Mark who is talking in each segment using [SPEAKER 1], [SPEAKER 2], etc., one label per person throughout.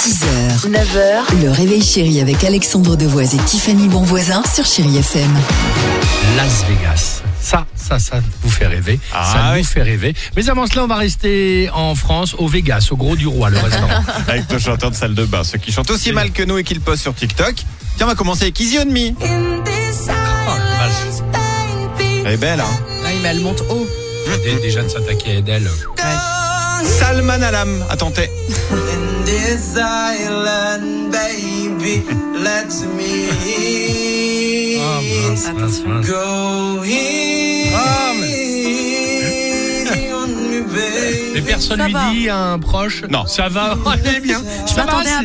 [SPEAKER 1] 6h, 9h, le réveil chéri avec Alexandre Devoise et Tiffany Bonvoisin sur Chéri FM.
[SPEAKER 2] Las Vegas. Ça, ça, ça vous fait rêver.
[SPEAKER 3] Ah
[SPEAKER 2] ça
[SPEAKER 3] oui.
[SPEAKER 2] nous fait rêver. Mais avant cela, on va rester en France, au Vegas, au Gros du Roi, le restaurant.
[SPEAKER 3] avec nos chanteurs de salle de bain, ceux qui chantent aussi mal que nous et qui le postent sur TikTok. Tiens, on va commencer avec Easy on Me.
[SPEAKER 4] In this silence, baby,
[SPEAKER 3] Elle est belle, hein
[SPEAKER 1] Oui, mais elle monte haut.
[SPEAKER 2] Et déjà de s'attaquer à Oh, d'elle.
[SPEAKER 3] Salman Alam, attendez.
[SPEAKER 5] In this island, baby, let me
[SPEAKER 1] bah,
[SPEAKER 5] go easy
[SPEAKER 2] Ah,
[SPEAKER 5] on me,
[SPEAKER 2] Mais
[SPEAKER 5] baby.
[SPEAKER 2] personne
[SPEAKER 1] Ça
[SPEAKER 2] lui
[SPEAKER 1] va.
[SPEAKER 2] dit à un proche.
[SPEAKER 3] Non.
[SPEAKER 2] Ça va. Elle est bien. Je
[SPEAKER 1] m'attendais à-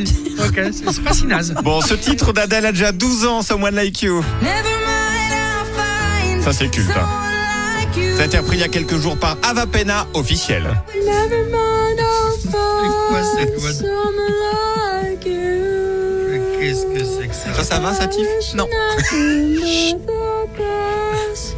[SPEAKER 2] Ok, c'est c'est pas si naze.
[SPEAKER 3] Bon, ce titre d'Adèle a déjà 12 ans, Someone Like You.
[SPEAKER 4] Never mind, I'll find
[SPEAKER 3] Ça, c'est culte. hein.
[SPEAKER 4] someone like you.
[SPEAKER 3] Ça a été repris il y a quelques jours par Ava Pena, officiel.
[SPEAKER 4] Never mind, I'll
[SPEAKER 2] C'est
[SPEAKER 4] find
[SPEAKER 2] quoi, c'est
[SPEAKER 4] someone like you.
[SPEAKER 2] Qu'est-ce que c'est que ça
[SPEAKER 3] Ça, ça va, ça tiffe Non.
[SPEAKER 4] Nothing but the best